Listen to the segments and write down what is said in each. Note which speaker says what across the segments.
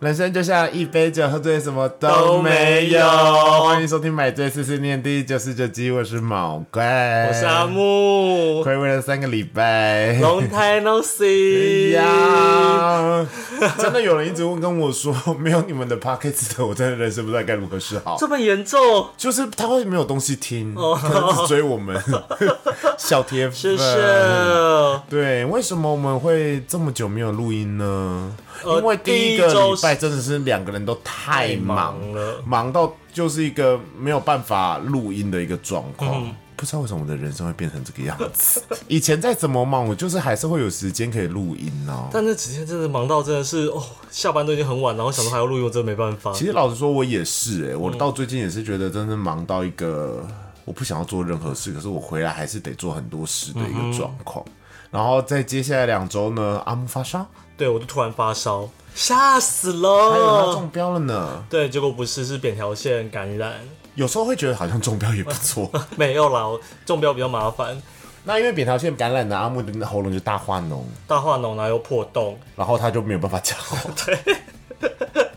Speaker 1: 人生就像一杯酒，喝醉什么都
Speaker 2: 都
Speaker 1: 没
Speaker 2: 没有
Speaker 1: 有。欢迎收听《买醉碎碎念》第九十九集，我是毛怪，
Speaker 2: 我是阿木，
Speaker 1: 回味了三个礼拜。
Speaker 2: 龙胎 no see
Speaker 1: 哎呀，真的有人一直问跟我说，没有你们的 p o c k e t 我真的人生不知道该如何是好。
Speaker 2: 这哦么严重，
Speaker 1: 就是他会没有东西听，可能只追我们 小铁粉。
Speaker 2: 谢谢。
Speaker 1: 对，为什么我们会这么久没有录音呢？
Speaker 2: 呃
Speaker 1: 因为第一个
Speaker 2: 第一周
Speaker 1: 礼
Speaker 2: 是
Speaker 1: 拜真的是两个人都太忙
Speaker 2: 太忙了
Speaker 1: 忙到就是一个没有办法录音的一个状况。
Speaker 2: 嗯
Speaker 1: 不知道为什么我的人生会变成这个样子。 以前再怎么忙，我就是还是会有时间可以录音哦。
Speaker 2: 但那几天真的忙到真的是哦，下班都已经很晚，然后想到还要录音，我真的没办法。
Speaker 1: 其实老实说，我也是哎、
Speaker 2: 嗯
Speaker 1: 我到最近也是觉得真的忙到一个我不想要做任何事，可是我回来还是得做很多事的一
Speaker 2: 嗯
Speaker 1: 个状况。然后在接下来两周呢，阿姆发烧，
Speaker 2: 对，我就突然发烧，吓死
Speaker 1: 还有他
Speaker 2: 了。
Speaker 1: 中标了呢。
Speaker 2: 对，结果不是，是扁桃腺感染。
Speaker 1: 有时候会觉得好像中标也不 错。
Speaker 2: 没有啦，我中标比较麻烦，
Speaker 1: 那因为扁桃腺感染了，阿木的喉咙就大化脓，
Speaker 2: 大化脓然后又破洞。
Speaker 1: 然后他就没有办法讲话。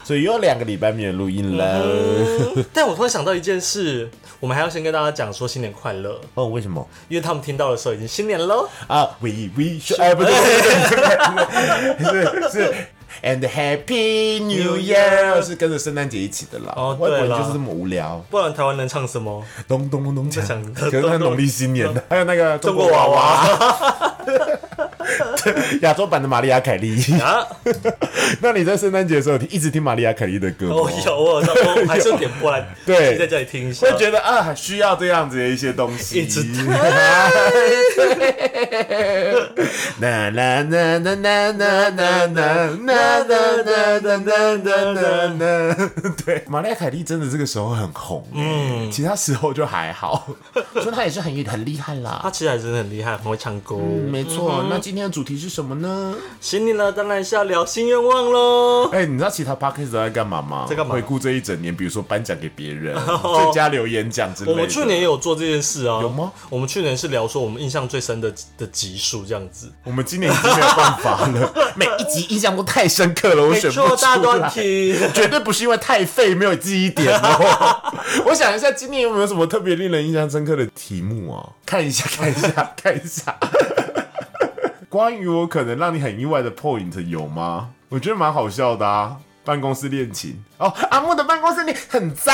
Speaker 1: 所以又两个礼拜没有录音了。嗯
Speaker 2: 但我突然想到一件事，我们还要先跟大家讲说新年快乐，
Speaker 1: 哦，为什么
Speaker 2: 因为他们听到的时候已经新年喽。
Speaker 1: 啊？We we should 哎，不对， 不对不对是是。And Happy New Year 是跟着圣诞节一起的啦。
Speaker 2: 哦
Speaker 1: 外国人
Speaker 2: 对啦
Speaker 1: 就是这么无聊。
Speaker 2: 不然台湾能唱什么？
Speaker 1: 咚咚咚咚锵
Speaker 2: 想
Speaker 1: 可是他农历新年的，还有那个中
Speaker 2: 国娃
Speaker 1: 娃， 对亚洲版的玛丽亚凯莉。
Speaker 2: 啊，
Speaker 1: 那你在圣诞节的时候，你一直听玛丽亚凯莉的歌吗？
Speaker 2: 我哦有，我有，我还是有点播来，
Speaker 1: 哦 对
Speaker 2: 自己在家里听一下
Speaker 1: 会。觉得啊，需要这样子的一些东西。
Speaker 2: 一直
Speaker 1: 啦啦啦啦啦啦啦啦啦啦啦啦啦啦啦。对，玛丽亚凯莉真的这个时候很红，嗯，其他时候就还好，所以她也是很很厉害啦
Speaker 2: 他。其实还真的很厉害，很会唱歌。
Speaker 1: 没错，那今天的主题是什么呢？
Speaker 2: 新年了，当然是要聊新愿望喽。
Speaker 1: 哎、你知道其他 podcast 都在干嘛吗？
Speaker 2: 在干嘛
Speaker 1: 回顾这一整年，比如说颁奖给别 人、最佳留言奖之类的。
Speaker 2: 我们去年也有做这件事啊，
Speaker 1: 有吗？
Speaker 2: 我们去年是聊说我们印象最深的的集数这样子，
Speaker 1: 我们今年已经没有办 法了，每一集印象都太深刻了，我
Speaker 2: 没
Speaker 1: 选不
Speaker 2: 错，大家
Speaker 1: 出
Speaker 2: 都要
Speaker 1: 来。
Speaker 2: 听。
Speaker 1: 绝对不是因为太废没有记忆点哦。 我想一下，今年有没有什么特别令人印象深刻的题目啊？看一下，看一下， 看一下。关于我可能让你很意外的 point 有吗？我觉得蛮好笑的啊。办公室恋情哦，阿木的办公室恋很脏。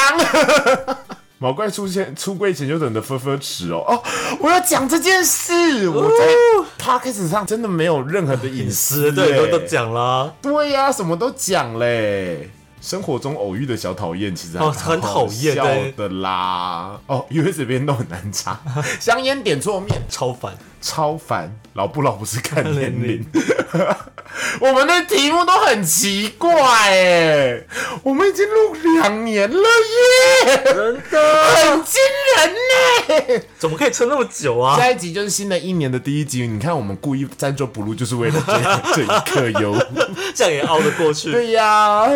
Speaker 1: 毛怪出现出柜前就等着分分池哦哦，我要讲这件事，我在 podcast 上真的没有任何的隐 私，
Speaker 2: 对，
Speaker 1: 欸
Speaker 2: 都都讲啦，
Speaker 1: 对呀、什么都讲嘞。生活中偶遇的小讨厌，其实还
Speaker 2: 哦
Speaker 1: 蛮
Speaker 2: 很讨厌
Speaker 1: 好笑
Speaker 2: 对
Speaker 1: 的啦。哦，USB 边都很难 查，香烟点错面
Speaker 2: 超烦。
Speaker 1: 超烦，老不老不是看年 龄。 我们的题目都很奇怪哎，我们已经录两年了耶，
Speaker 2: 真的？
Speaker 1: 很惊人呢。
Speaker 2: 怎么可以撑那么久 啊？
Speaker 1: 下一集就是新的一年的第一集，你看我们故意站桌不录，就是为了这 这一 刻哟。
Speaker 2: 这样也熬得过去。
Speaker 1: 对呀、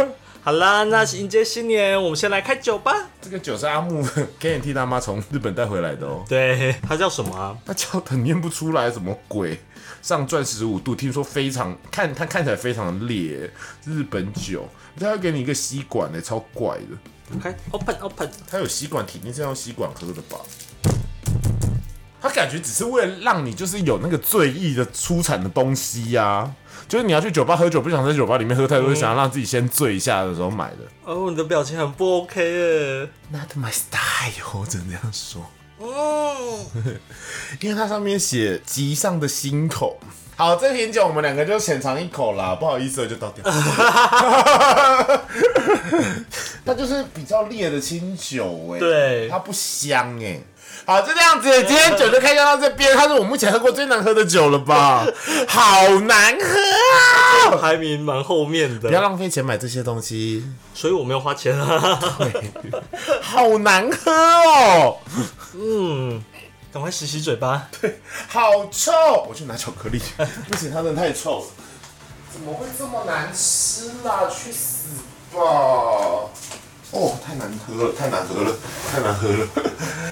Speaker 2: 好啦，那迎接新年，我们先来开酒吧。
Speaker 1: 这个酒是阿木 K N T 大妈从日本带回来的哦，
Speaker 2: 对，它叫什么啊？
Speaker 1: 那叫的念不出来什么鬼，上钻十五度，听说非常看它看起来非常的烈，日本酒，它会给你一个吸管呢、超怪的，
Speaker 2: 开 open open，
Speaker 1: 它有吸管，体定是用吸管喝的吧？它感觉只是为了让你就是有那个醉意的出产的东西呀、就是你要去酒吧喝酒，不想在酒吧里面喝太多，就想要让自己先醉一下的时候买的。
Speaker 2: 哦，你的表情很不 OK 耶。
Speaker 1: Not my style，我只能这样说。
Speaker 2: 嗯，
Speaker 1: 因为它上面写“集上的心口”。好，这瓶酒我们两个就浅尝一口啦，不好意思，我就倒掉。 它就是比较烈的清酒哎、
Speaker 2: 对
Speaker 1: 它不香哎、好，就这样子，今天酒就开箱到这边，它是我目前喝过最难喝的酒了 吧？好难喝啊！
Speaker 2: 排名蛮后面
Speaker 1: 不要
Speaker 2: 的，
Speaker 1: 浪费钱买这些东西，
Speaker 2: 所以我没有花钱啊。
Speaker 1: 好难喝哦，
Speaker 2: 嗯，赶快洗洗嘴 巴。
Speaker 1: 好臭！我去拿巧克力， 不行，它真的太臭了。怎么会这么难吃啦？去死吧！哦，太难喝了，太难喝了， 太难喝了！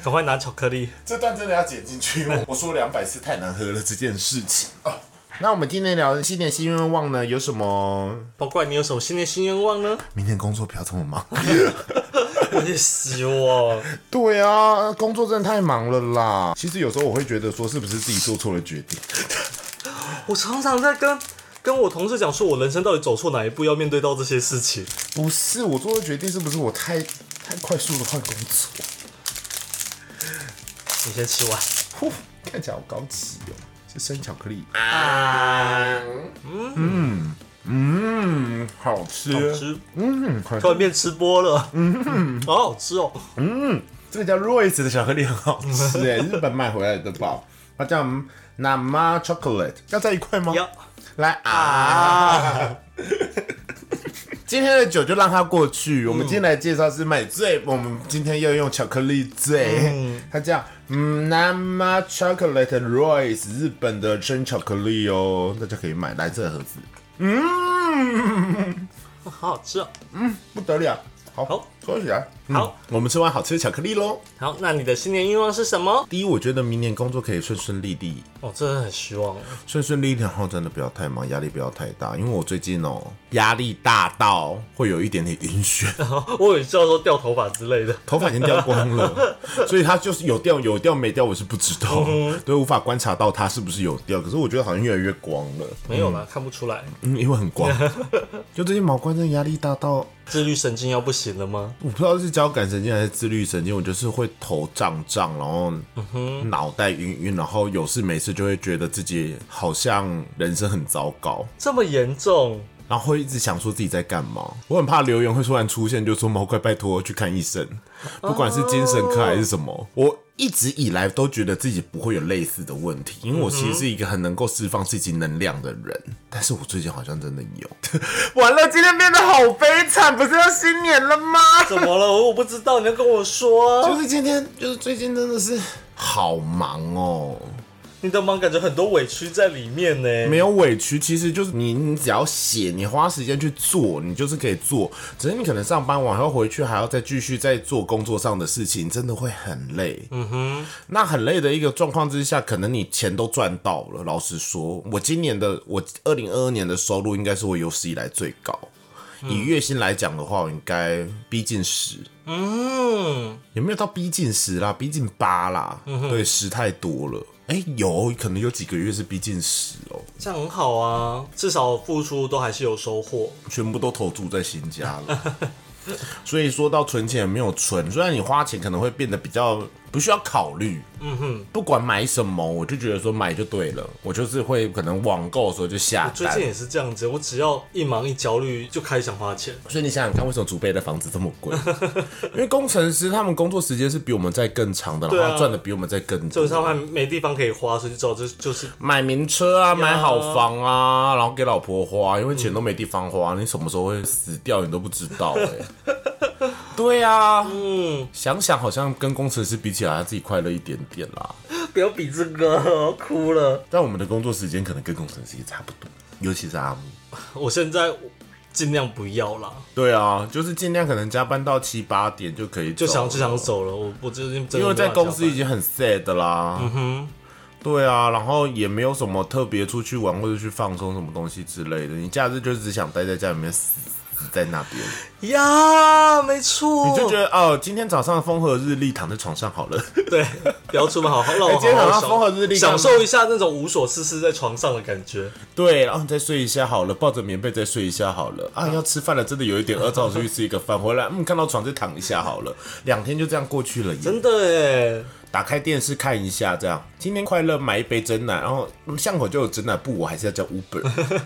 Speaker 2: 赶快拿巧克力。
Speaker 1: 这段真的要剪进去，因为我说两百次太难喝了这件事情啊。那我们今天聊的新年新愿望呢，有什么？
Speaker 2: 包括你有什么新年新愿望 呢？
Speaker 1: 明天工作不要这么忙。
Speaker 2: 我也希望。
Speaker 1: 对啊，工作真的太忙了啦。其实有时候我会觉得说，是不是自己做错了决定？
Speaker 2: 我常常在跟跟我同事讲说，我人生到底走错哪一步，要面对到这些事情。
Speaker 1: 不是我做的决定，是不是我太太快速的换工作？
Speaker 2: 你先吃完。
Speaker 1: 呼，看起来好高级哦，是生巧克力。啊嗯嗯嗯，好吃，
Speaker 2: 好吃，
Speaker 1: 嗯，好
Speaker 2: 突
Speaker 1: 吃
Speaker 2: 然变吃播了。嗯，好好吃哦。
Speaker 1: 这个叫 Royce 的巧克力很好吃哎，日本买回来的吧？它叫 Nama Chocolate，要在一块吗？
Speaker 2: 要
Speaker 1: 来啊！今天的酒就让它过去。我们今天来介绍是买醉，我们今天要用巧克力醉，它叫嗯 Nama Chocolate Royce，日本的真巧克力哦，大家可以买蓝色盒子，
Speaker 2: 好好吃哦。
Speaker 1: 不得了。好，
Speaker 2: 好
Speaker 1: 说起来，嗯
Speaker 2: 好，
Speaker 1: 我们吃完好吃的巧克力喽。
Speaker 2: 好，那你的新年愿望是什么？
Speaker 1: 第一，我觉得明年工作可以顺顺利利，
Speaker 2: 哦，真的很希望 哦。
Speaker 1: 顺顺利利，然后真的不要太忙，压力不要太大，因为我最近哦压力大到会有一点点晕眩。
Speaker 2: 我有知道说掉头发之类的。
Speaker 1: 头发已经掉光了， 所以他就是有掉有掉没掉，我是不知道，对，无法观察到他是不是有掉。可是我觉得好像越来越光了，
Speaker 2: 没有啦，看不出来。
Speaker 1: 嗯，因为很光。就最近毛冠真的压力大到，
Speaker 2: 自律神经要不行了吗？
Speaker 1: 我不知道是交感神经还是自律神经，我就是会头胀胀，然后脑袋晕晕，然后有事没事就会觉得自己好像人生很糟糕，
Speaker 2: 这么严 重？
Speaker 1: 然后会一直想说自己在干嘛。我很怕留言会突然出现，就说毛怪拜托去看医生，不管是精神科还是什么，我。一直以来都觉得自己不会有类似的问题，因为我其实是一个很能够释放自己能量的人，但是我最近好像真的有。 完了，今天变得好悲惨，不是要新年了吗？
Speaker 2: 怎么了？我不知道，你要跟我说啊。
Speaker 1: 就是今天，就是最近真的是好忙哦，
Speaker 2: 你的忙感觉很多委屈在里面呢。
Speaker 1: 没有委屈，其实就是你，你只要写，你花时间去做，你就是可以做。只是你可能上班完后回去还要再继续再做工作上的事情，真的会很累。嗯哼，那很累的一个状况之下，可能你钱都赚到了。老实说，我今年的我二零二二年的收入应该是我有史以来最高。以月薪来讲的话，我应该逼近十。
Speaker 2: 嗯，
Speaker 1: 有没有到逼近十啦？逼近八啦？对，十太多了。哎、有可能有几个月是逼近十哦，
Speaker 2: 这样很好啊，至少付出都还是有收获。
Speaker 1: 全部都投注在新家了。 所以说到存钱也没有存，虽然你花钱可能会变得比较不需要考虑，嗯哼，不管买什么，我就觉得说买就对了，我就是会可能网购的时候就下
Speaker 2: 最
Speaker 1: 单
Speaker 2: 近。也是这样子，我只要一忙一焦虑就开始想花钱。
Speaker 1: 所以你想想看，为什么祖辈的房子这么 贵？因为工程师他们工作时间是比我们在更长的，
Speaker 2: 对
Speaker 1: 然
Speaker 2: 啊
Speaker 1: 后赚的比我们在更
Speaker 2: 就
Speaker 1: 多
Speaker 2: 是。他们没地方可以花，所以就只好就是 就是
Speaker 1: 买名车啊，买好房啊，然后给老婆花，因为钱都没地方花，你什么时候会死掉你都不知道哎、 对啊，嗯，想想好像跟工程师比起来，他自己快乐一点点啦。
Speaker 2: 不要比这个，哭了。
Speaker 1: 但我们的工作时间可能跟工程师也差不多，尤其是阿木。
Speaker 2: 我现在尽量不要啦，
Speaker 1: 对啊，就是尽量可能加班到七八点就可以走
Speaker 2: 就
Speaker 1: 了，
Speaker 2: 想就想走了。我我最近真的
Speaker 1: 因为在
Speaker 2: 没办法
Speaker 1: 公司已经很 sad 的啦。嗯哼。对啊，然后也没有什么特别出去玩或者去放松什么东西之类的，你假日就只想待在家里面死死在那边，
Speaker 2: 下班呀，没错，
Speaker 1: 你就觉得哦，今天早上风和日丽，躺在床上好了。
Speaker 2: 对，不要出门，好好让我好
Speaker 1: 哎今天
Speaker 2: 好
Speaker 1: 早上
Speaker 2: 享
Speaker 1: 风和日丽
Speaker 2: 享受一下那种无所事事在床上的感觉。
Speaker 1: 对，然后你再睡一下好了，抱着棉被再睡一下好了。啊，要吃饭了，真的有一点饿，正好出去吃一个饭，回来嗯，看到床再躺一下好了。两天就这样过去了耶，
Speaker 2: 真的哎，
Speaker 1: 打开电视看一下，这样今天快乐买一杯真奶，然后嗯巷口就有真奶，不，我还是要叫 Uber。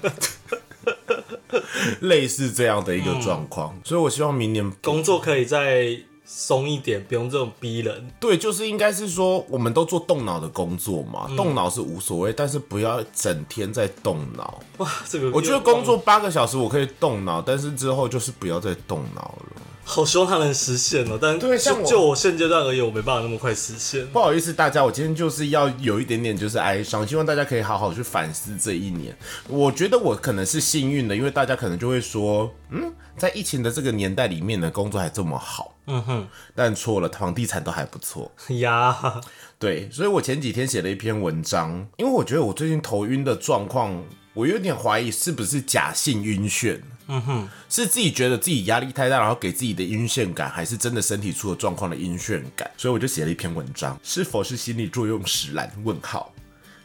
Speaker 1: 类似这样的一个状况，所以我希望明年
Speaker 2: 工作可以再松一点，不用这种逼人。
Speaker 1: 对，就是应该是说，我们都做动脑的工作嘛，动脑是无所谓，但是不要整天在动脑。
Speaker 2: 哇，这个
Speaker 1: 我觉得工作八个小时我可以动脑，但是之后就是不要再动脑了。
Speaker 2: 好希望它能实现哦，但
Speaker 1: 对像
Speaker 2: 就
Speaker 1: 我
Speaker 2: 就我现阶段而言，我没办法那么快实现。
Speaker 1: 不好意思大家，我今天就是要有一点点就是哀伤，希望大家可以好好去反思这一年。我觉得我可能是幸运的，因为大家可能就会说，嗯，在疫情的这个年代里面呢，工作还这么好。
Speaker 2: 嗯哼，
Speaker 1: 但错了，房地产都还不错。
Speaker 2: 呀，
Speaker 1: 对，所以我前几天写了一篇文章，因为我觉得我最近头晕的状况，我有点怀疑是不是假性晕眩。嗯哼，是自己觉得自己压力太大，然后给自己的晕眩感，还是真的身体出了状况的晕眩感？所以我就写了一篇文章，是否是心理作用使然？问号。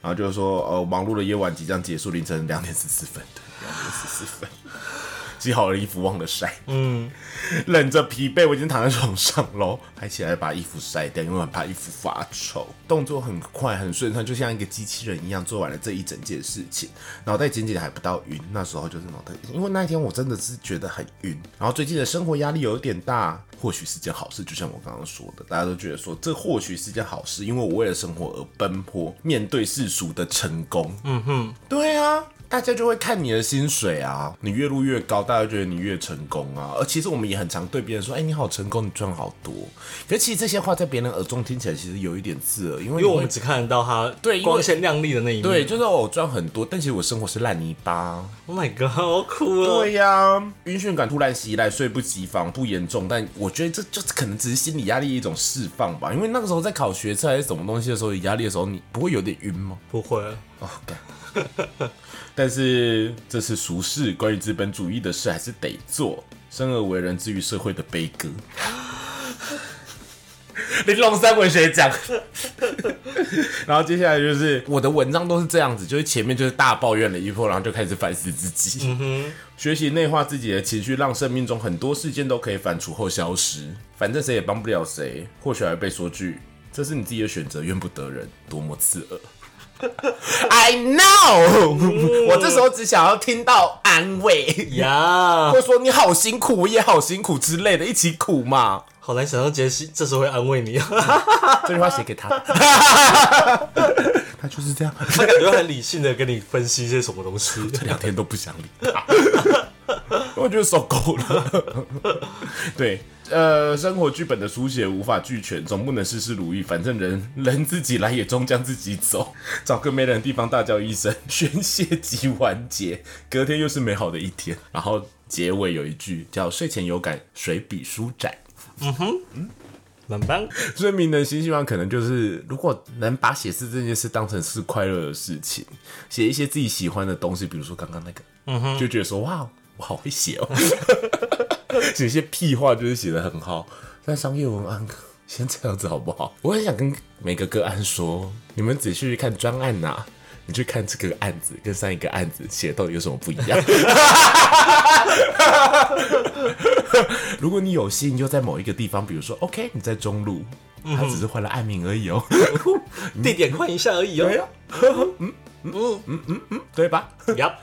Speaker 1: 然后就是说，呃，忙碌的夜晚即将结束，凌晨两点十四分，对，两点十四分， 洗好了衣服忘了晒， 忍着疲惫，我已经躺在床上喽，还起来把衣服晒掉，因为我很怕衣服发臭。动作很快很顺畅，就像一个机器人一样做完了这一整件事情。脑袋仅仅还不到晕，那时候就是脑袋，因为那一天我真的是觉得很晕。然后最近的生活压力有一点大，或许是件好事，就像我刚刚说的，大家都觉得说这或许是件好事，因为我为了生活而奔波，面对世俗的成功。嗯哼，对啊。大家就会看你的薪水啊，你月入越高，大家就觉得你越成功啊。而其实我们也很常对别人说，哎、你好成功，你赚好多。可是其实这些话在别人耳中听起来其实有一点刺耳，因为
Speaker 2: 因为我
Speaker 1: 你
Speaker 2: 们
Speaker 1: 会
Speaker 2: 只看得到他
Speaker 1: 对因为
Speaker 2: 光鲜亮丽的那一面。
Speaker 1: 对，就是哦我赚很多，但其实我生活是烂泥巴。
Speaker 2: ，Oh my god，好酷哦。
Speaker 1: 对呀、晕眩感突然袭来，睡不及防，不严重，但我觉得这就是可能只是心理压力一种释放吧。因为那个时候在考学测还是什么东西的时候，有压力的时候，你不会有点晕吗？
Speaker 2: 不会，
Speaker 1: 哦，干 但是这是俗事，关于资本主义的事还是得做。生而为人，至于社会的悲 歌。玲珑三文学奖。 然后接下来就是我的文章都是这样子，就是前面就是大抱怨了一波，然后就开始反思自己，学习内化自己的情绪，让生命中很多事件都可以反刍后消失。反正谁也帮不了谁，或许还会被说句：“这是你自己的选择，怨不得人。”多么刺耳！I know，、我 这时候只想要听到安慰，
Speaker 2: 呀，
Speaker 1: 或说你好辛苦，我也好辛苦之类的，一起苦 嘛。
Speaker 2: 好难想象杰西这时候会安慰你， 他
Speaker 1: 这句话写给 他，他就是这样，
Speaker 2: 感觉很理性的跟你分析一些什么东 西。
Speaker 1: 两天都不想理他，我觉得受够了。对，呃，生活剧本的书写无法俱全，总不能事事如意。反正人人自己来，也终将自己走。找个没人的地方大叫一声，宣泄即完结。隔天又是美好的一天。然后结尾有一句叫“睡前有感，随笔舒展”。
Speaker 2: 蛮棒，
Speaker 1: 所以名人新希望可能就是，如果能把写诗这件事当成是快乐的事情，写一些自己喜欢的东西，比如说刚刚那个，嗯哼，就觉得说哇，我好会写哦，写一些屁话就是写的很好，但商业文案先这样子好不好？我很想跟每个个案说，你们仔细去看专案呐、你去看这个案子跟上一个案子写到底有什么不一 样？如果你有幸又在某一个地方，比如说 OK，你在中路，他只是换了案名而已 哦。
Speaker 2: 地点换一下而已哦
Speaker 1: 对。呀，嗯嗯嗯嗯，对吧？
Speaker 2: 呀，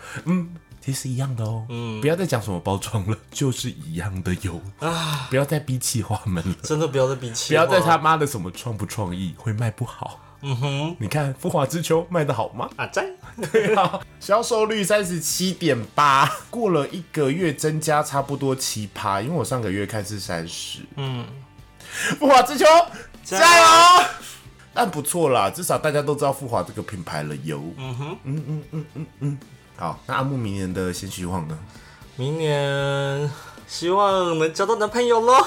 Speaker 1: 其实一样的哦，嗯，不要再讲什么包装了， 就是一样的油啊！不要再逼气话们了，
Speaker 2: 真的不要再比气，哦
Speaker 1: 不要再他妈的什么创不创意，会卖不好。嗯哼，你看《富华之秋》卖的好吗？
Speaker 2: 啊在。
Speaker 1: 对啊，销售率三十七点八，过了一个月增加差不多七趴，因为我上个月看是三十。嗯，富华之秋，
Speaker 2: 加
Speaker 1: 加
Speaker 2: 油
Speaker 1: 油！但不错啦，至少大家都知道富华这个品牌了哟。嗯哼，嗯嗯嗯嗯嗯。好，那阿木明年的新希望呢？
Speaker 2: 明年希望能交到男朋友喽，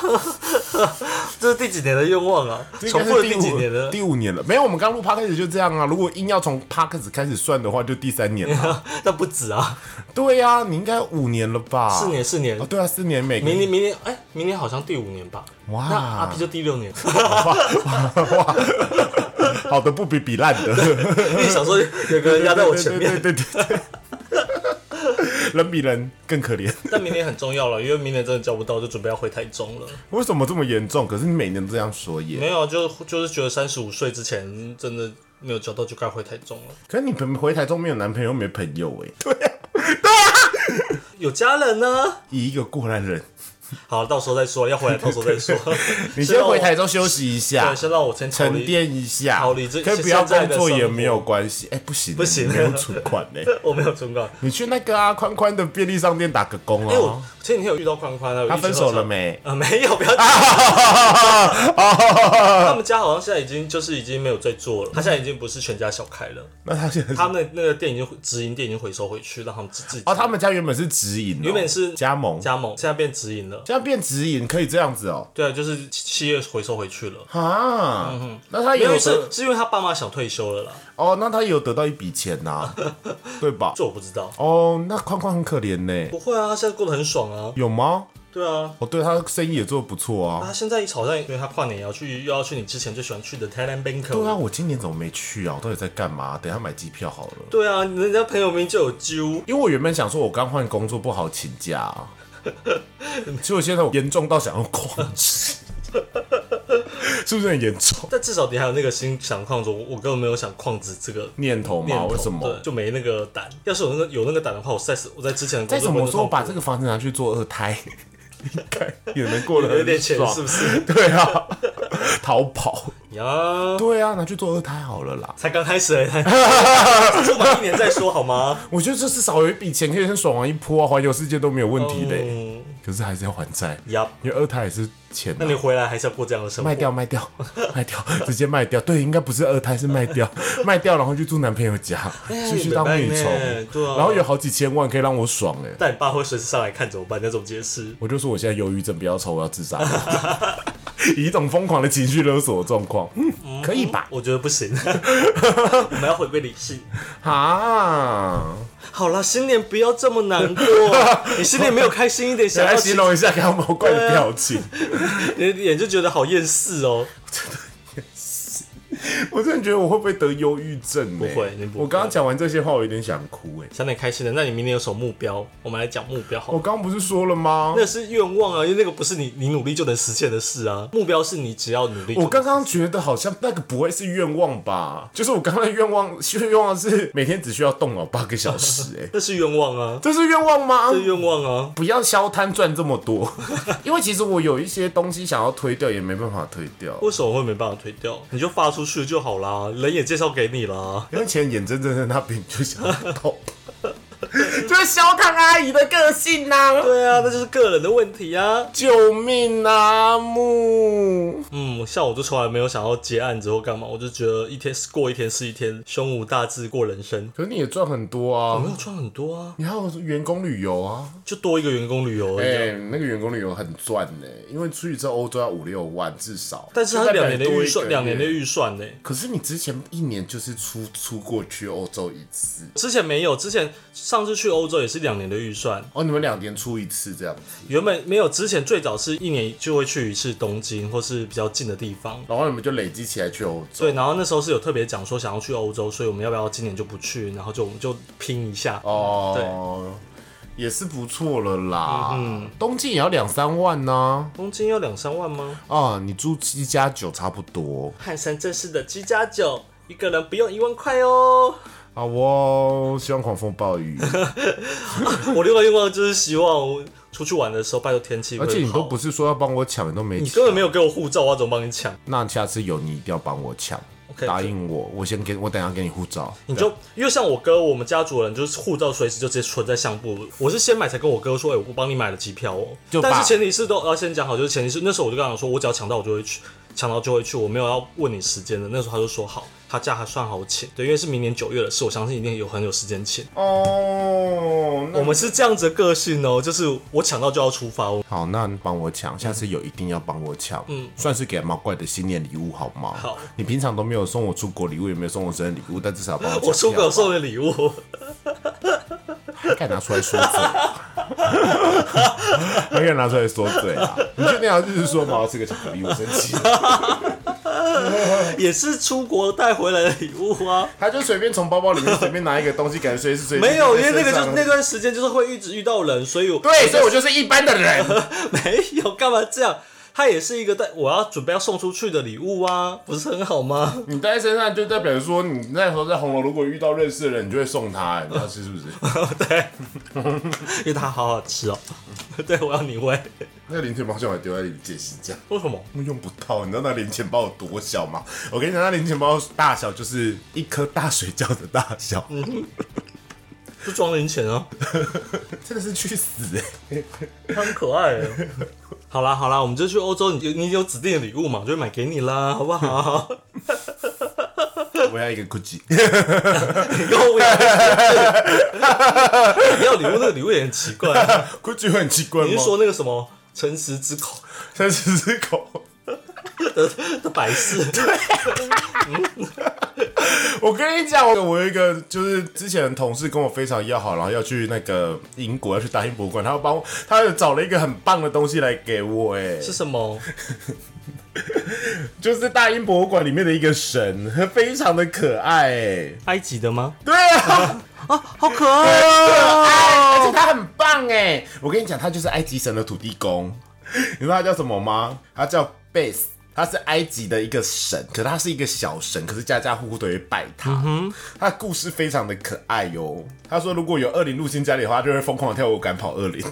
Speaker 2: 这是第几年的愿望啊？重复了
Speaker 1: 应该
Speaker 2: 第
Speaker 1: 是
Speaker 2: 几
Speaker 1: 五
Speaker 2: 年 了？
Speaker 1: 第五年了。没有，我们刚录 p 开始就这样啊。如果硬要从 p 开始开始算的话，就第三年了。
Speaker 2: 那不止啊，
Speaker 1: 对呀、啊，你应该五年了吧？
Speaker 2: 四年四年
Speaker 1: 哦，，对啊，四年每个
Speaker 2: 明年明年哎，明年好像第五年吧？
Speaker 1: 哇
Speaker 2: 那啊阿 P 就第六年。
Speaker 1: 好的不比比烂的，
Speaker 2: 因为想说有个人压在我前面，
Speaker 1: 对对对对对 人比人更可怜。
Speaker 2: 但明年很重要了，因为明年真的交不到，就准备要回台中了。
Speaker 1: 为什么这么严重？可是你每年都这样说耶。
Speaker 2: 没有，啊就就是觉得三十五岁之前真的没有交到，就该回台中了。
Speaker 1: 可是你回台中没有男朋友，没朋友哎。
Speaker 2: 有家人呢，
Speaker 1: 以一个过来人，
Speaker 2: 好，到时候再说，要回来到时候再 说。
Speaker 1: 你先回台中休息一下
Speaker 2: 哦对，，先让我先逃
Speaker 1: 沉
Speaker 2: 离。
Speaker 1: 淀一下
Speaker 2: 逃离这，
Speaker 1: 可以不要
Speaker 2: 现在的
Speaker 1: 工作也
Speaker 2: 生活
Speaker 1: 没有关系。哎，不行，不
Speaker 2: 行
Speaker 1: 没有存款呢。
Speaker 2: 我没有忠告。
Speaker 1: 你去那个啊宽宽的便利商店打个工
Speaker 2: 哎、我
Speaker 1: 啊。
Speaker 2: 前几天有遇到宽宽啊，
Speaker 1: 他分手了
Speaker 2: 没？
Speaker 1: 没？哦
Speaker 2: 呃，没有，不要讲。他们家好像现在已经就是已经没有在做了，他现在已经不是全家小开了，
Speaker 1: 那他现在是
Speaker 2: 他们那个店已经直营店已经回收回去，让他们自自己
Speaker 1: 哦，他们家原本是直营哦，
Speaker 2: 原本是
Speaker 1: 加盟
Speaker 2: 加盟，现在变直营了。了。
Speaker 1: 现在变直饮可以这样子哦、
Speaker 2: 对啊，就是企业回收回去了。
Speaker 1: 啊，
Speaker 2: 嗯
Speaker 1: 那他也
Speaker 2: 因
Speaker 1: 有
Speaker 2: 为是
Speaker 1: 得
Speaker 2: 是因为他爸妈想退休了啦，
Speaker 1: 哦，那他也有得到一笔钱呐、 对吧？
Speaker 2: 这我不知道。
Speaker 1: 哦，那宽宽很可怜呢，
Speaker 2: 不会啊，他现在过得很爽啊。
Speaker 1: 有吗？
Speaker 2: 对啊，
Speaker 1: 哦，对，他生意也做得不错啊。
Speaker 2: 他现在好像因为他跨年也要去，又要去你之前最喜欢去的 Thailand Bangkok。
Speaker 1: 对啊，我今年怎么没去啊？我到底在干嘛？等一下买机票好了。
Speaker 2: 对啊，人家朋友名就有揪，
Speaker 1: 因为我原本想说，我刚换工作不好请假、 啊，其实我现在严重到想要旷职，是不是很严重？
Speaker 2: 但至少你还有那个心想旷职，我我根本没有想旷职这个
Speaker 1: 念头
Speaker 2: 念
Speaker 1: 嘛，
Speaker 2: 头，
Speaker 1: 为什么
Speaker 2: 对？就没那个胆。要是有那个有那个胆的话，我在我在之前的
Speaker 1: 再
Speaker 2: 工
Speaker 1: 怎
Speaker 2: 作
Speaker 1: 么
Speaker 2: 会
Speaker 1: 说，我把
Speaker 2: 痛
Speaker 1: 这个房子拿去做二胎， 应该也能过得
Speaker 2: 苦有一点
Speaker 1: 很
Speaker 2: 钱
Speaker 1: 爽，
Speaker 2: 是不 是？
Speaker 1: 对啊，逃跑，
Speaker 2: 呀，
Speaker 1: 对啊，拿去做二胎好了啦。
Speaker 2: 才刚开始 欸，住满一年再说好吗？
Speaker 1: 我觉得这至少有一笔钱可以先爽完一波啊，环游世界都没有问题嘞。
Speaker 2: 嗯，
Speaker 1: 可是还是要还债，
Speaker 2: 呀，
Speaker 1: 因为二胎也是钱、啊
Speaker 2: 那。你回来还是要过这样的生活
Speaker 1: 卖？掉，卖掉，卖掉， 直接卖掉。对，应该不是二胎，是卖掉，卖掉，然后去住男朋友家，
Speaker 2: 哎
Speaker 1: 出去当
Speaker 2: 没
Speaker 1: 米
Speaker 2: 办
Speaker 1: 虫
Speaker 2: 呢，对啊
Speaker 1: 然后有好几千万可以让我爽哎、
Speaker 2: 但你爸会随时上来看怎么办？那种解释，
Speaker 1: 我就说我现在忧郁症，不要愁，我要自杀， 以一种疯狂的情绪勒索的状况，嗯，可以吧？
Speaker 2: 我觉得不 行，我们要回归理性。
Speaker 1: 啊，
Speaker 2: 好啦，新年不要这么难过，啊 你新年没有开心一点，
Speaker 1: 再
Speaker 2: 想
Speaker 1: 来
Speaker 2: 要
Speaker 1: 形容一下刚刚毛怪的表 情，
Speaker 2: 你的脸就觉得好厌世哦。
Speaker 1: 我真的觉得我会不会得忧郁症、欸？
Speaker 2: 不会你不会
Speaker 1: 我刚刚讲完这些话，我有点想哭哎、
Speaker 2: 想点开心的，那你明年有什么目标？我们来讲目标好
Speaker 1: 我
Speaker 2: 了。
Speaker 1: 刚刚不是说了吗？
Speaker 2: 那是愿望啊，因为那个不是你你努力就能实现的事啊。目标是你只要努力就能。，
Speaker 1: 我刚刚觉得好像那个不会是愿望吧？就是我刚刚的愿望，愿望是每天只需要动脑八个小时、哎
Speaker 2: 那是愿望啊，
Speaker 1: 这是愿望吗
Speaker 2: 这？是愿望啊。
Speaker 1: 不要消摊赚这么多， 因为其实我有一些东西想要推掉，也没办法推掉。
Speaker 2: 为什么会没办法推掉？你就发出去就好啦，人也介绍给你啦。
Speaker 1: 因为钱眼睁睁在那边，就想要 动，就是消摊阿姨的个性呐、
Speaker 2: 对啊，那就是个人的问题啊。
Speaker 1: 救命啊，阿木！
Speaker 2: 嗯，像我就从来没有想要接案子或干嘛，我就觉得一天过一天是一天，胸无大志过人生。
Speaker 1: 可是你也赚很多
Speaker 2: 我
Speaker 1: 啊
Speaker 2: 没，有赚很多啊，
Speaker 1: 你还有员工旅游啊。
Speaker 2: 就多一个员工旅游而已
Speaker 1: 哎、
Speaker 2: 啊、
Speaker 1: 那个员工旅游很赚呢、因为出去之后欧洲要五六万至少，
Speaker 2: 但是
Speaker 1: 就
Speaker 2: 他
Speaker 1: 代表
Speaker 2: 两年的
Speaker 1: 你多
Speaker 2: 预
Speaker 1: 一
Speaker 2: 算，
Speaker 1: 个
Speaker 2: 两年的
Speaker 1: 月。
Speaker 2: 预算呢、
Speaker 1: 可是你之前一年就是出出过去欧洲一次
Speaker 2: 之前没有，之前上次去欧洲也是两年的预算，
Speaker 1: 哦，你们两年出一次这样子，
Speaker 2: 原本没有，之前最早是一年就会去一次东京或是比较近的地方。
Speaker 1: 然后你们就累积起来去欧洲。
Speaker 2: 对，然后那时候是有特别讲说想要去欧洲，所以我们要不要今年就不去，然后就我们就拼一下。
Speaker 1: 哦，也是不错了啦。嗯，东京也要两三万呢、
Speaker 2: 东京要两三万吗？
Speaker 1: 啊，你住七加九差不多。
Speaker 2: 汉山正式的七加九，一个人不用一万块哦。
Speaker 1: 好哦，希望狂风暴雨，
Speaker 2: 我另外愿望就是希望我出去玩的时候，拜托天气会
Speaker 1: 而
Speaker 2: 好。
Speaker 1: 且你都不，是说要帮我抢，你都没
Speaker 2: 你
Speaker 1: 抢
Speaker 2: 根。本没有给我护照，我要怎么帮你抢？
Speaker 1: 那下次有你一定要帮我抢
Speaker 2: OK，
Speaker 1: 答应我，我先给我等一下给你护照，
Speaker 2: 你就因为像我哥，我们家族人就是护照随时就直接存在相簿。我是先买才跟我哥说，哎、我帮你买了机票哦、
Speaker 1: 就把
Speaker 2: 但是前提是都要先讲好，就是前提是那时候我就跟他讲说，我只要抢到我就会去，抢到就会去，我没有要问你时间的。那时候他就说好，他假还算好请，对，因为是明年九月的事，我相信一定有很有时间请。
Speaker 1: 哦，
Speaker 2: 我们是这样子的个性哦、就是我抢到就要出发哦。
Speaker 1: 好，那你帮我抢，下次有一定要帮我抢，嗯，算是给毛怪的新年礼物好吗？
Speaker 2: 好，
Speaker 1: 你平常都没有送我出国礼物，也没有送我生日礼物，但至少帮我抢啊
Speaker 2: 我出
Speaker 1: 票
Speaker 2: 国
Speaker 1: 吧
Speaker 2: 送的礼物，哦
Speaker 1: 敢拿出来说嘴，啊还敢拿出来说嘴啊？你确定要就是说毛是个巧克力？我生气了，
Speaker 2: 也是出国带回来的礼物啊。
Speaker 1: 他就随便从包包里面随便拿一个东西，感觉随时随地
Speaker 2: 没有，因为 那个
Speaker 1: 在
Speaker 2: 就
Speaker 1: 身上
Speaker 2: 那段时间就是会一直遇到人，所以我
Speaker 1: 对，所以我就是一般的人。
Speaker 2: 没有，干嘛这样？它也是一个带我要准备要送出去的礼物啊，不是很好 吗？
Speaker 1: 你带在身上就代表说，你那时候在红楼，如果遇到认识的人，你就会送他、哎你要吃是 不是？
Speaker 2: 对，因为它好好吃哦。 对，我要你喂。
Speaker 1: 那个零钱包像我还丢在你解析架，
Speaker 2: 为什么？
Speaker 1: 我用不到。你知道那零钱包有多小吗？我跟你讲，那零钱包大小就是一颗大水饺的大小，
Speaker 2: 嗯就装零钱啊，
Speaker 1: 真的是去死、 哎
Speaker 2: 它很可爱耶。好啦好啦，我们就去欧洲，你就你有指定的礼物嘛，我就会买给你啦，好不好？
Speaker 1: 我要一个 Gucci。
Speaker 2: 你跟我要你要礼物，那个礼物也很奇怪。
Speaker 1: Gucci 会很奇怪吗？
Speaker 2: 你是说那个什么诚实之口
Speaker 1: 三十只狗。
Speaker 2: 的百事，
Speaker 1: 我跟你讲，我我有一个就是之前同事跟我非常要好，然后要去那个英国要去大英博物馆，他要帮我，他有找了一个很棒的东西来给我、哎，
Speaker 2: 是什么？
Speaker 1: 就是大英博物馆里面的一个神，非常的可爱、哎，
Speaker 2: 埃及的吗？
Speaker 1: 对啊，
Speaker 2: 啊，好可爱
Speaker 1: 哎而且
Speaker 2: 哦！
Speaker 1: 他很棒哎、我跟你讲，他就是埃及神的土地公， 你知道他叫什么吗？他叫贝斯。他是埃及的一个神，可他是一个小神，可是家家户户都会拜他。他的故事非常的可爱哟。他说，如果有恶灵入侵家里的话，他就会疯狂地跳舞赶跑 恶灵。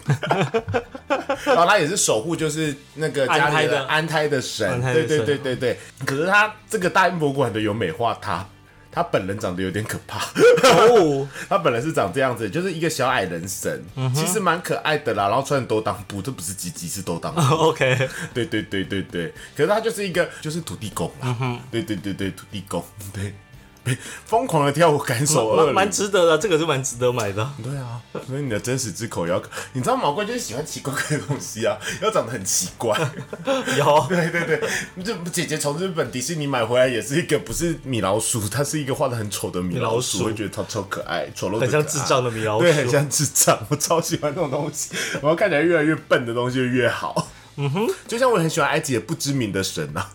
Speaker 1: 然后他也是守护，就是那个家
Speaker 2: 安胎
Speaker 1: 里
Speaker 2: 的
Speaker 1: 的安胎的神。
Speaker 2: 安胎的
Speaker 1: 对
Speaker 2: 神
Speaker 1: 对对对对。可是他这个大英博物馆的有美化他，他本人长得有点可怕。
Speaker 2: 哦，
Speaker 1: 他本来是长这样子，就是一个小矮人神，
Speaker 2: 嗯
Speaker 1: 其实蛮可爱的啦。然后穿兜裆布，这不是鸡鸡，是兜裆
Speaker 2: 嗯
Speaker 1: 布。
Speaker 2: OK，
Speaker 1: 对对对对对，可是他就是一个就是土地公
Speaker 2: 嗯
Speaker 1: 啦。对对对对，土地公， 对，疯狂的跳舞赶走恶
Speaker 2: 蛮
Speaker 1: 灵
Speaker 2: 蛮。值得的，这个是蛮值得买的。
Speaker 1: 对啊，所以你的真实之口也要，你知道毛怪就是喜欢奇怪怪的东西啊，要长得很奇怪。
Speaker 2: 有
Speaker 1: 对对对，这姐姐从日本迪士尼买回来也是一个不是米老鼠，它是一个画的很丑的米老
Speaker 2: 米
Speaker 1: 鼠，
Speaker 2: 老鼠
Speaker 1: 我会觉得它超可爱，丑陋得
Speaker 2: 很像
Speaker 1: 可爱
Speaker 2: 智障的米老
Speaker 1: 对，很
Speaker 2: 鼠，
Speaker 1: 像智障，我超喜欢这种东西。我要看起来越来越笨的东西越好。嗯哼，就像我很喜欢埃及的不知名的神啊，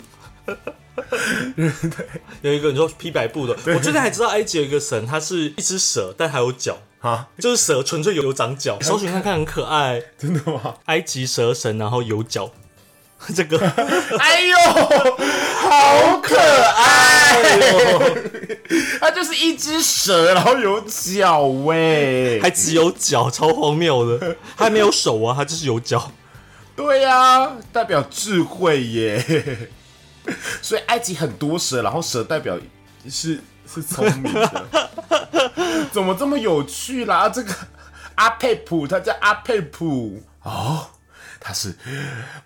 Speaker 2: 有一个你说披白布的，我最近还知道埃及有一个神，它是一只蛇，但还有脚，
Speaker 1: 啊，
Speaker 2: 就是蛇纯粹有有长脚，搜寻看看很可爱，
Speaker 1: 真的 吗？
Speaker 2: 埃及蛇神，然后有脚， 这个
Speaker 1: 哎呦，好可爱！
Speaker 2: 哦
Speaker 1: 它就是一只蛇，然后有脚喂、
Speaker 2: 还只有脚，超荒谬的，它还没有手啊，它就是有脚。
Speaker 1: 对呀、代表智慧耶。 所以埃及很多蛇，然后蛇代表是是聪 明的，怎么这么有趣啦？这个阿佩普，他叫阿佩普哦，他是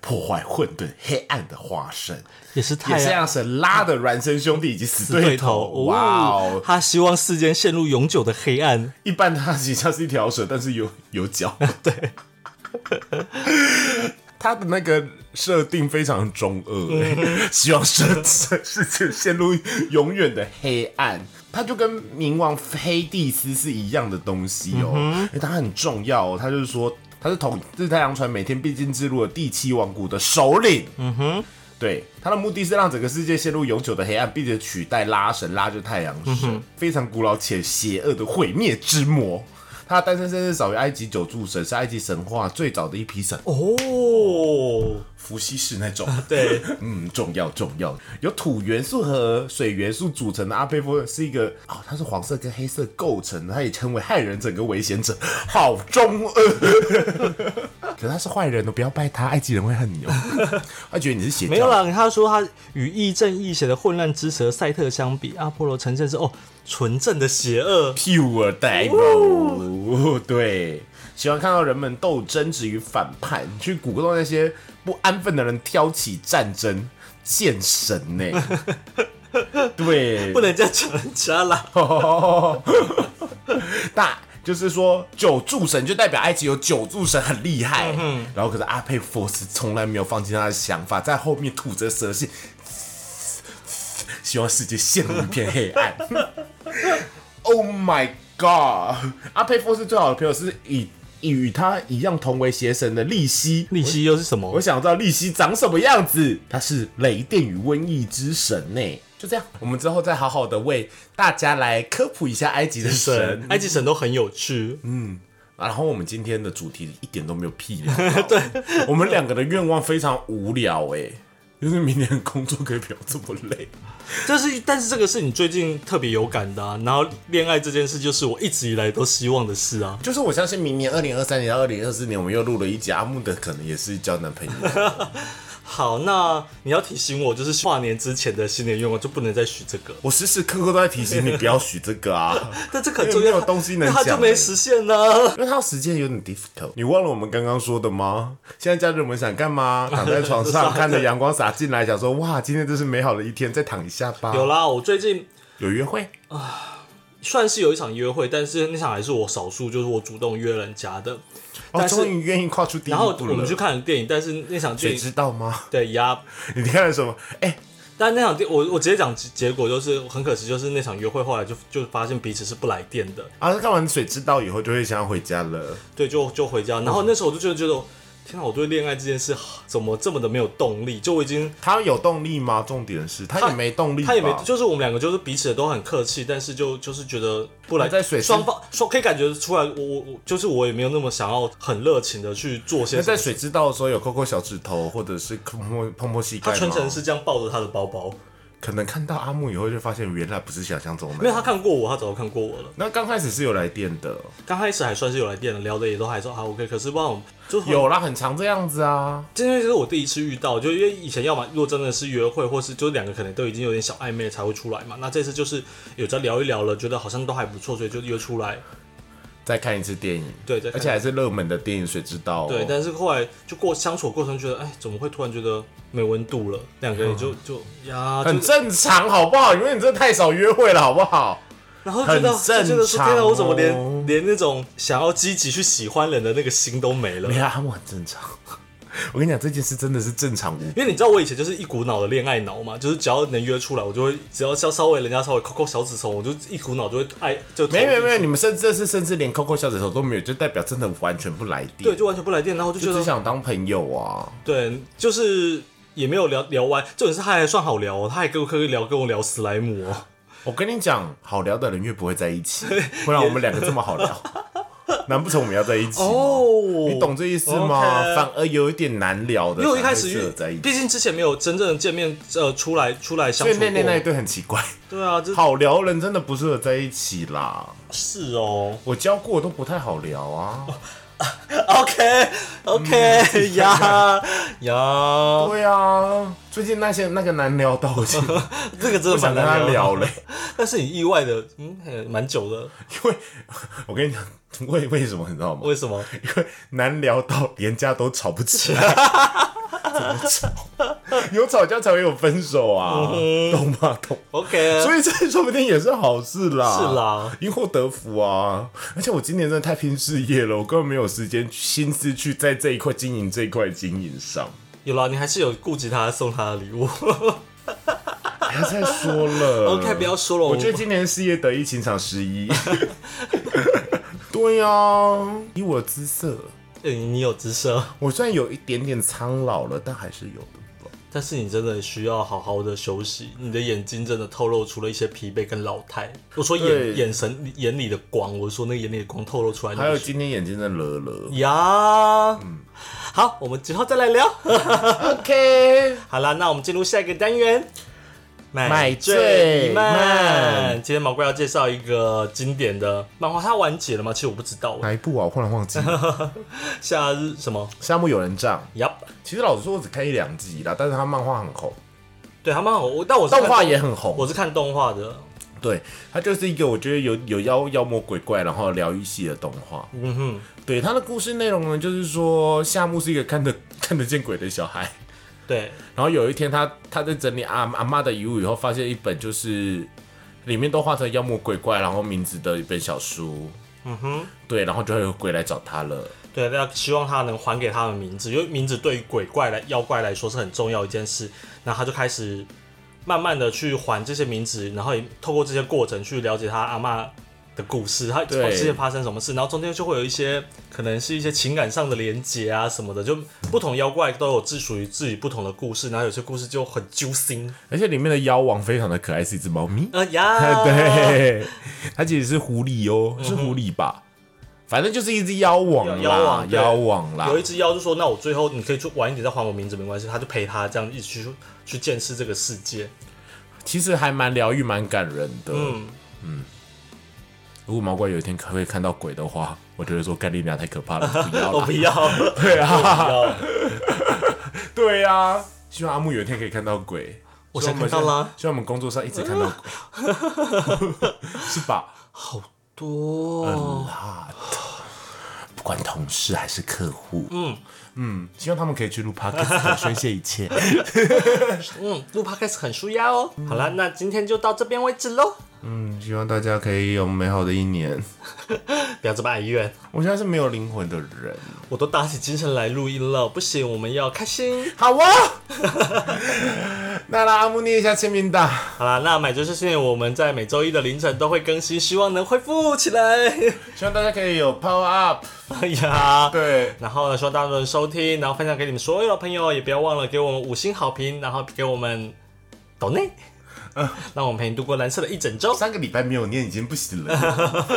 Speaker 1: 破坏混沌黑暗的化身，
Speaker 2: 也是
Speaker 1: 也
Speaker 2: 太
Speaker 1: 是
Speaker 2: 阳
Speaker 1: 让神拉的孪生兄弟以及死
Speaker 2: 对
Speaker 1: 对
Speaker 2: 头
Speaker 1: 头。，哇
Speaker 2: 哦
Speaker 1: 哦！，
Speaker 2: 他希望世间陷入永久的黑暗。
Speaker 1: 一般它形象是一条蛇，但是有 有脚。对， 它的那个设定非常中二、欸， 希望世世界陷入永远的黑暗。它就跟冥王黑帝斯是一样的东西哦、欸它很重要哦。它就是说，它是统治太阳船每天必经之路的第七王国的首领。对，他的目的是让整个世界陷入永久的黑暗，并且取代拉神，拉就是太阳神，非常古老且邪恶的毁灭之魔。他的诞生甚至早于埃及九柱神，是埃及神话最早的一批神，
Speaker 2: 哦，
Speaker 1: 伏羲氏那种。
Speaker 2: 对，
Speaker 1: 嗯，重要重要。由土元素和水元素组成的阿佩夫是一个哦，它是黄色跟黑色构成的，它也称为害人整个危险者， 好中二。 可他是坏人哦，不要拜他，埃及人会恨你哦， 他觉得你是邪教。
Speaker 2: 没有啦。他说他与亦正亦邪的混乱之蛇赛特相比，阿波罗呈现是哦纯正的邪恶。
Speaker 1: pure devil，对，喜欢看到人们斗争执于反叛，去鼓动那些不安分的人挑起战争，见神呢、对，
Speaker 2: 不能这样讲人家啦，
Speaker 1: 大。就是说，九柱神就代表埃及有九柱神很厉害，然后可是阿佩佛斯从来没有放弃他的想法，在后面吐着舌信，希望世界陷入一片黑暗。oh my god！阿佩佛斯最好的朋友是以与他一样同为邪神的利 希，
Speaker 2: 利息又是什
Speaker 1: 我
Speaker 2: 么？
Speaker 1: 想知道利希长什么样子。他是雷电与瘟疫之神呢、就这样，我们之后再好好的为大家来科普一下埃及的神嗯
Speaker 2: 神，。埃及神都很有趣。
Speaker 1: 啊然后我们今天的主题一点都没有屁聊到， 对我们两个的愿望非常无聊哎、就是明年工作可以不要这么累。
Speaker 2: 这是，但是这个是你最近特别有感的、啊。然后恋爱这件事，就是我一直以来都希望的事啊。
Speaker 1: 就是我相信明年二零二三年到二零二四年，我们又录了一集阿木的，可能也是交男朋友。
Speaker 2: 好，那你要提醒我，就是跨年之前的新年愿望就不能再许这个。
Speaker 1: 我时时刻刻都在提醒你不要许这个啊，
Speaker 2: 但这个很重要，
Speaker 1: 因为没有东西能
Speaker 2: 那他就
Speaker 1: 讲
Speaker 2: 没
Speaker 1: 欸
Speaker 2: 实现啊呢、
Speaker 1: 因为它时间有点 difficult。你忘了我们刚刚说的吗？现在家人们想干嘛？躺在床
Speaker 2: 傻
Speaker 1: 上看着阳光洒进来，想说哇，今天真是美好的一天，再躺一下吧。哦
Speaker 2: 有啦，我最近
Speaker 1: 有约会
Speaker 2: 算是有一场约会，但是那场还是我少数就是我主动约人家的。
Speaker 1: 哦，
Speaker 2: 但是
Speaker 1: 终于愿意跨出第一
Speaker 2: 然后
Speaker 1: 步
Speaker 2: 我们去
Speaker 1: 了。
Speaker 2: 看了电影，但是那场电
Speaker 1: 谁
Speaker 2: 影
Speaker 1: 知道吗？
Speaker 2: 对呀，
Speaker 1: 你看了什么？哎、
Speaker 2: 但那场电我我直接讲结结果就是很可惜，就是那场约会后来就就发现彼此是不来电的，
Speaker 1: 啊，看完《水知道》以后就会想要回家了。
Speaker 2: 对，就就回家。然后那时候我就觉得觉得，天啊，我对恋爱这件事怎么这么的没有动力？就我已经
Speaker 1: 他有动力吗？重点是他也没动力吧，
Speaker 2: 他也没，就是我们两个就是彼此都很客气，但是就就是觉得不来
Speaker 1: 在水之
Speaker 2: 双方双可以感觉出来，我我我就是我也没有那么想要很热情的去做些
Speaker 1: 那
Speaker 2: 什
Speaker 1: 在
Speaker 2: 么。
Speaker 1: 水知道的时候有抠抠小指头，或者是碰碰碰碰膝
Speaker 2: 他
Speaker 1: 盖吗？
Speaker 2: 全程是这样抱着他的包包，
Speaker 1: 可能看到阿木以后就发现原来不是想象中
Speaker 2: 因为
Speaker 1: 的。
Speaker 2: 他看过我，他早就看过我了。
Speaker 1: 那刚开始是有来电的，
Speaker 2: 刚开始还算是有来电的，聊的也都还说啊 OK，可是不知道就是
Speaker 1: 有啦，很常这样子啊。
Speaker 2: 今天是我第一次遇到，就因为以前要么如果真的是约会，或是就是两个可能都已经有点小暧昧才会出来嘛。那这次就是有在聊一聊了，觉得好像都还不错，所以就约出来。
Speaker 1: 再看一次电影，
Speaker 2: 对再看
Speaker 1: 而且还是热门的电影《水知道》哦。
Speaker 2: 对，但是后来就过相处的过程，觉得哎，怎么会突然觉得没温度了？两个人就就呀，
Speaker 1: 嗯很
Speaker 2: 就
Speaker 1: 正常，好不好？因为你真的太少约会了，好不好？
Speaker 2: 然后觉得
Speaker 1: 很正
Speaker 2: 就觉得说
Speaker 1: 常
Speaker 2: 天啊哪，我怎么
Speaker 1: 哦
Speaker 2: 连连那种想要积极去喜欢人的那个心都没了
Speaker 1: 没？有，阿木很正常。 我跟你讲，这件事真的是正常无比。
Speaker 2: 因为你知道我以前就是一股脑的恋爱脑嘛，就是只要能约出来，我就会只要稍稍微人家稍微抠抠小指头，我就一股脑就会爱就投
Speaker 1: 没有没有
Speaker 2: 进去
Speaker 1: 没有，你们甚至这次甚至连抠抠小指头都没有，就代表真的完全不来电。
Speaker 2: 对，就完全不来电，然后就觉
Speaker 1: 就只
Speaker 2: 得
Speaker 1: 想当朋友啊。对
Speaker 2: 对，就是也没有聊聊完，重点是他还算好聊、哦，他还跟我可以聊跟我聊史莱姆 哦，
Speaker 1: 我跟你讲，好聊的人越不会在一起， 不然我们两个这么好聊，难不成我们要在一起？
Speaker 2: 哦，
Speaker 1: 你懂这意思吗？
Speaker 2: OK
Speaker 1: 反而有一点难聊的，
Speaker 2: 因为我一开始
Speaker 1: 才会适合在一
Speaker 2: 遇，
Speaker 1: 起。
Speaker 2: 毕竟之前没有真正的见面，呃，出来出来相
Speaker 1: 所
Speaker 2: 处
Speaker 1: 以
Speaker 2: 过
Speaker 1: 那，那那一对很奇怪，
Speaker 2: 对啊，这
Speaker 1: 好聊人真的不适合在一起 啦。
Speaker 2: 是 哦
Speaker 1: 我教过都不太好聊啊。
Speaker 2: ，OK OK 呀呀，
Speaker 1: 对啊，最近那些那个难聊到我 已经不
Speaker 2: 这个真的
Speaker 1: 想
Speaker 2: 蛮
Speaker 1: 跟
Speaker 2: 难
Speaker 1: 他聊
Speaker 2: 了，
Speaker 1: 嘞。
Speaker 2: 但是你意外的，嗯，嘿蛮久的，
Speaker 1: 因为我跟你讲，为为什么你知道吗？
Speaker 2: 为什么？
Speaker 1: 因为难聊到连架都吵不 起来，怎么吵？有吵架才会有分手
Speaker 2: 嗯
Speaker 1: 啊，懂吗？懂。
Speaker 2: OK，
Speaker 1: 所以啊这说不定也是好事啦，
Speaker 2: 是啦，
Speaker 1: 因祸得福啊！而且我今年真的太拼事业了，我根本没有时间心思去在这一块经营这一块经营上。
Speaker 2: 有啦，你还是有顾及他送他的礼物。
Speaker 1: 嗯不要再说了
Speaker 2: OK，不要说了
Speaker 1: 我
Speaker 2: 我
Speaker 1: 觉得今年事业得意，情场 失意。对啊，以我的姿色，
Speaker 2: 欸你有姿色，
Speaker 1: 我虽然有一点点苍老了，但还是有的吧。
Speaker 2: 但是你真的需要好好的休息，你的眼睛真的透露出了一些疲惫跟老态。我说
Speaker 1: 对
Speaker 2: 眼眼神眼里的光，我说那个眼里的光透露出来那
Speaker 1: 还有嗯
Speaker 2: 个
Speaker 1: 今天眼睛真的了 了。
Speaker 2: 呀。好，我们之后再来聊。
Speaker 1: OK，
Speaker 2: 好啦，那我们进入下一个单元，
Speaker 1: 买
Speaker 2: 醉
Speaker 1: 醉
Speaker 2: 漫。
Speaker 1: 漫
Speaker 2: 今天毛怪要介绍一个经典的漫画，它完结了吗？其实我不知道。
Speaker 1: 哪一部啊？我忽然忘记了。
Speaker 2: 夏日什么？
Speaker 1: 夏目友人帐，
Speaker 2: 呀，
Speaker 1: 其实老实说，我只看一两集啦，但是它漫画很红，
Speaker 2: 对，还蛮好。我但我是看
Speaker 1: 动画也，很
Speaker 2: 我
Speaker 1: 红。
Speaker 2: 是看动画的。
Speaker 1: 对，它就是一个我觉得有有妖妖魔鬼怪，然后疗愈系的动画。
Speaker 2: 嗯哼。
Speaker 1: 对，它的故事内容呢，就是说夏目是一个看得看得见鬼的小孩。
Speaker 2: 对，
Speaker 1: 然后有一天他，他在整理阿阿妈的遗物以后，发现一本就是里面都画成妖魔鬼怪，然后名字的一本小书。
Speaker 2: 嗯哼，
Speaker 1: 对，然后就会有鬼来找他了。
Speaker 2: 对，那希望他能还给他的名字，因为名字对于鬼怪来、妖怪来说是很重要一件事。然后他就开始慢慢的去还这些名字，然后也透过这些过程去了解他阿嬷的故事，他哦
Speaker 1: 对
Speaker 2: 之前发生什么事，然后中间就会有一些可能是一些情感上的连结啊什么的，就不同妖怪都有自属于自己不同的故事，然后有些故事就很揪心。
Speaker 1: 而且里面的妖王非常的可爱，是一只猫咪。
Speaker 2: 呃 呀，，
Speaker 1: 对，它其实是狐狸哦，是狐狸吧？反正就是一只妖王啦，
Speaker 2: 嗯妖王对
Speaker 1: 妖王啦
Speaker 2: 有。一只妖就说，那我最后你可以就晚一点再还我名字没关系，他就陪他这样一起去去见识这个世界。
Speaker 1: 其实还蛮疗愈，蛮感人的。
Speaker 2: 嗯。
Speaker 1: 如果毛怪有一天可会看到鬼的话，我就会说盖丽娜太可 怕了，不要
Speaker 2: 我
Speaker 1: 啦
Speaker 2: 不。要，
Speaker 1: 对啊，
Speaker 2: 要，
Speaker 1: 对啊。希望阿木有一天可以看到鬼。
Speaker 2: 我
Speaker 1: 希
Speaker 2: 现
Speaker 1: 望
Speaker 2: 在
Speaker 1: 我
Speaker 2: 看
Speaker 1: 们
Speaker 2: 到啦，
Speaker 1: 希望我们工作上一直看到鬼， 是吧？
Speaker 2: 好多、
Speaker 1: 啊，不管同事还是客户，嗯嗯，希望他们可以去录 podcast 宣泄一切。
Speaker 2: 嗯，录 podcast 很舒压哦。好啦，那今天就到这边为止喽。
Speaker 1: 嗯，希望大家可以有美好的一年。
Speaker 2: 不要这么哀怨，
Speaker 1: 我现在是没有灵魂的人，
Speaker 2: 我都打起精神来录音了，不行，我们要开心。
Speaker 1: 好啊、 那让阿木念一下签名档。
Speaker 2: 好啦，那买醉碎碎念我们在每周一的凌晨都会更新，希望能恢复起来。
Speaker 1: 希望大家可以有 power up。
Speaker 2: 哎呀，
Speaker 1: 对，
Speaker 2: 然后呢，希望大家能收听，然后分享给你们所有的朋友，也不要忘了给我们五星好评，然后给我们抖内，让我们陪你度过蓝色的一整周。
Speaker 1: 三个礼拜没有念已经不行 了。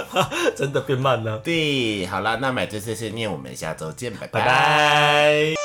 Speaker 2: 真的变慢了，
Speaker 1: 对，好啦，那买这碎碎念，我们下周见，拜
Speaker 2: 拜拜。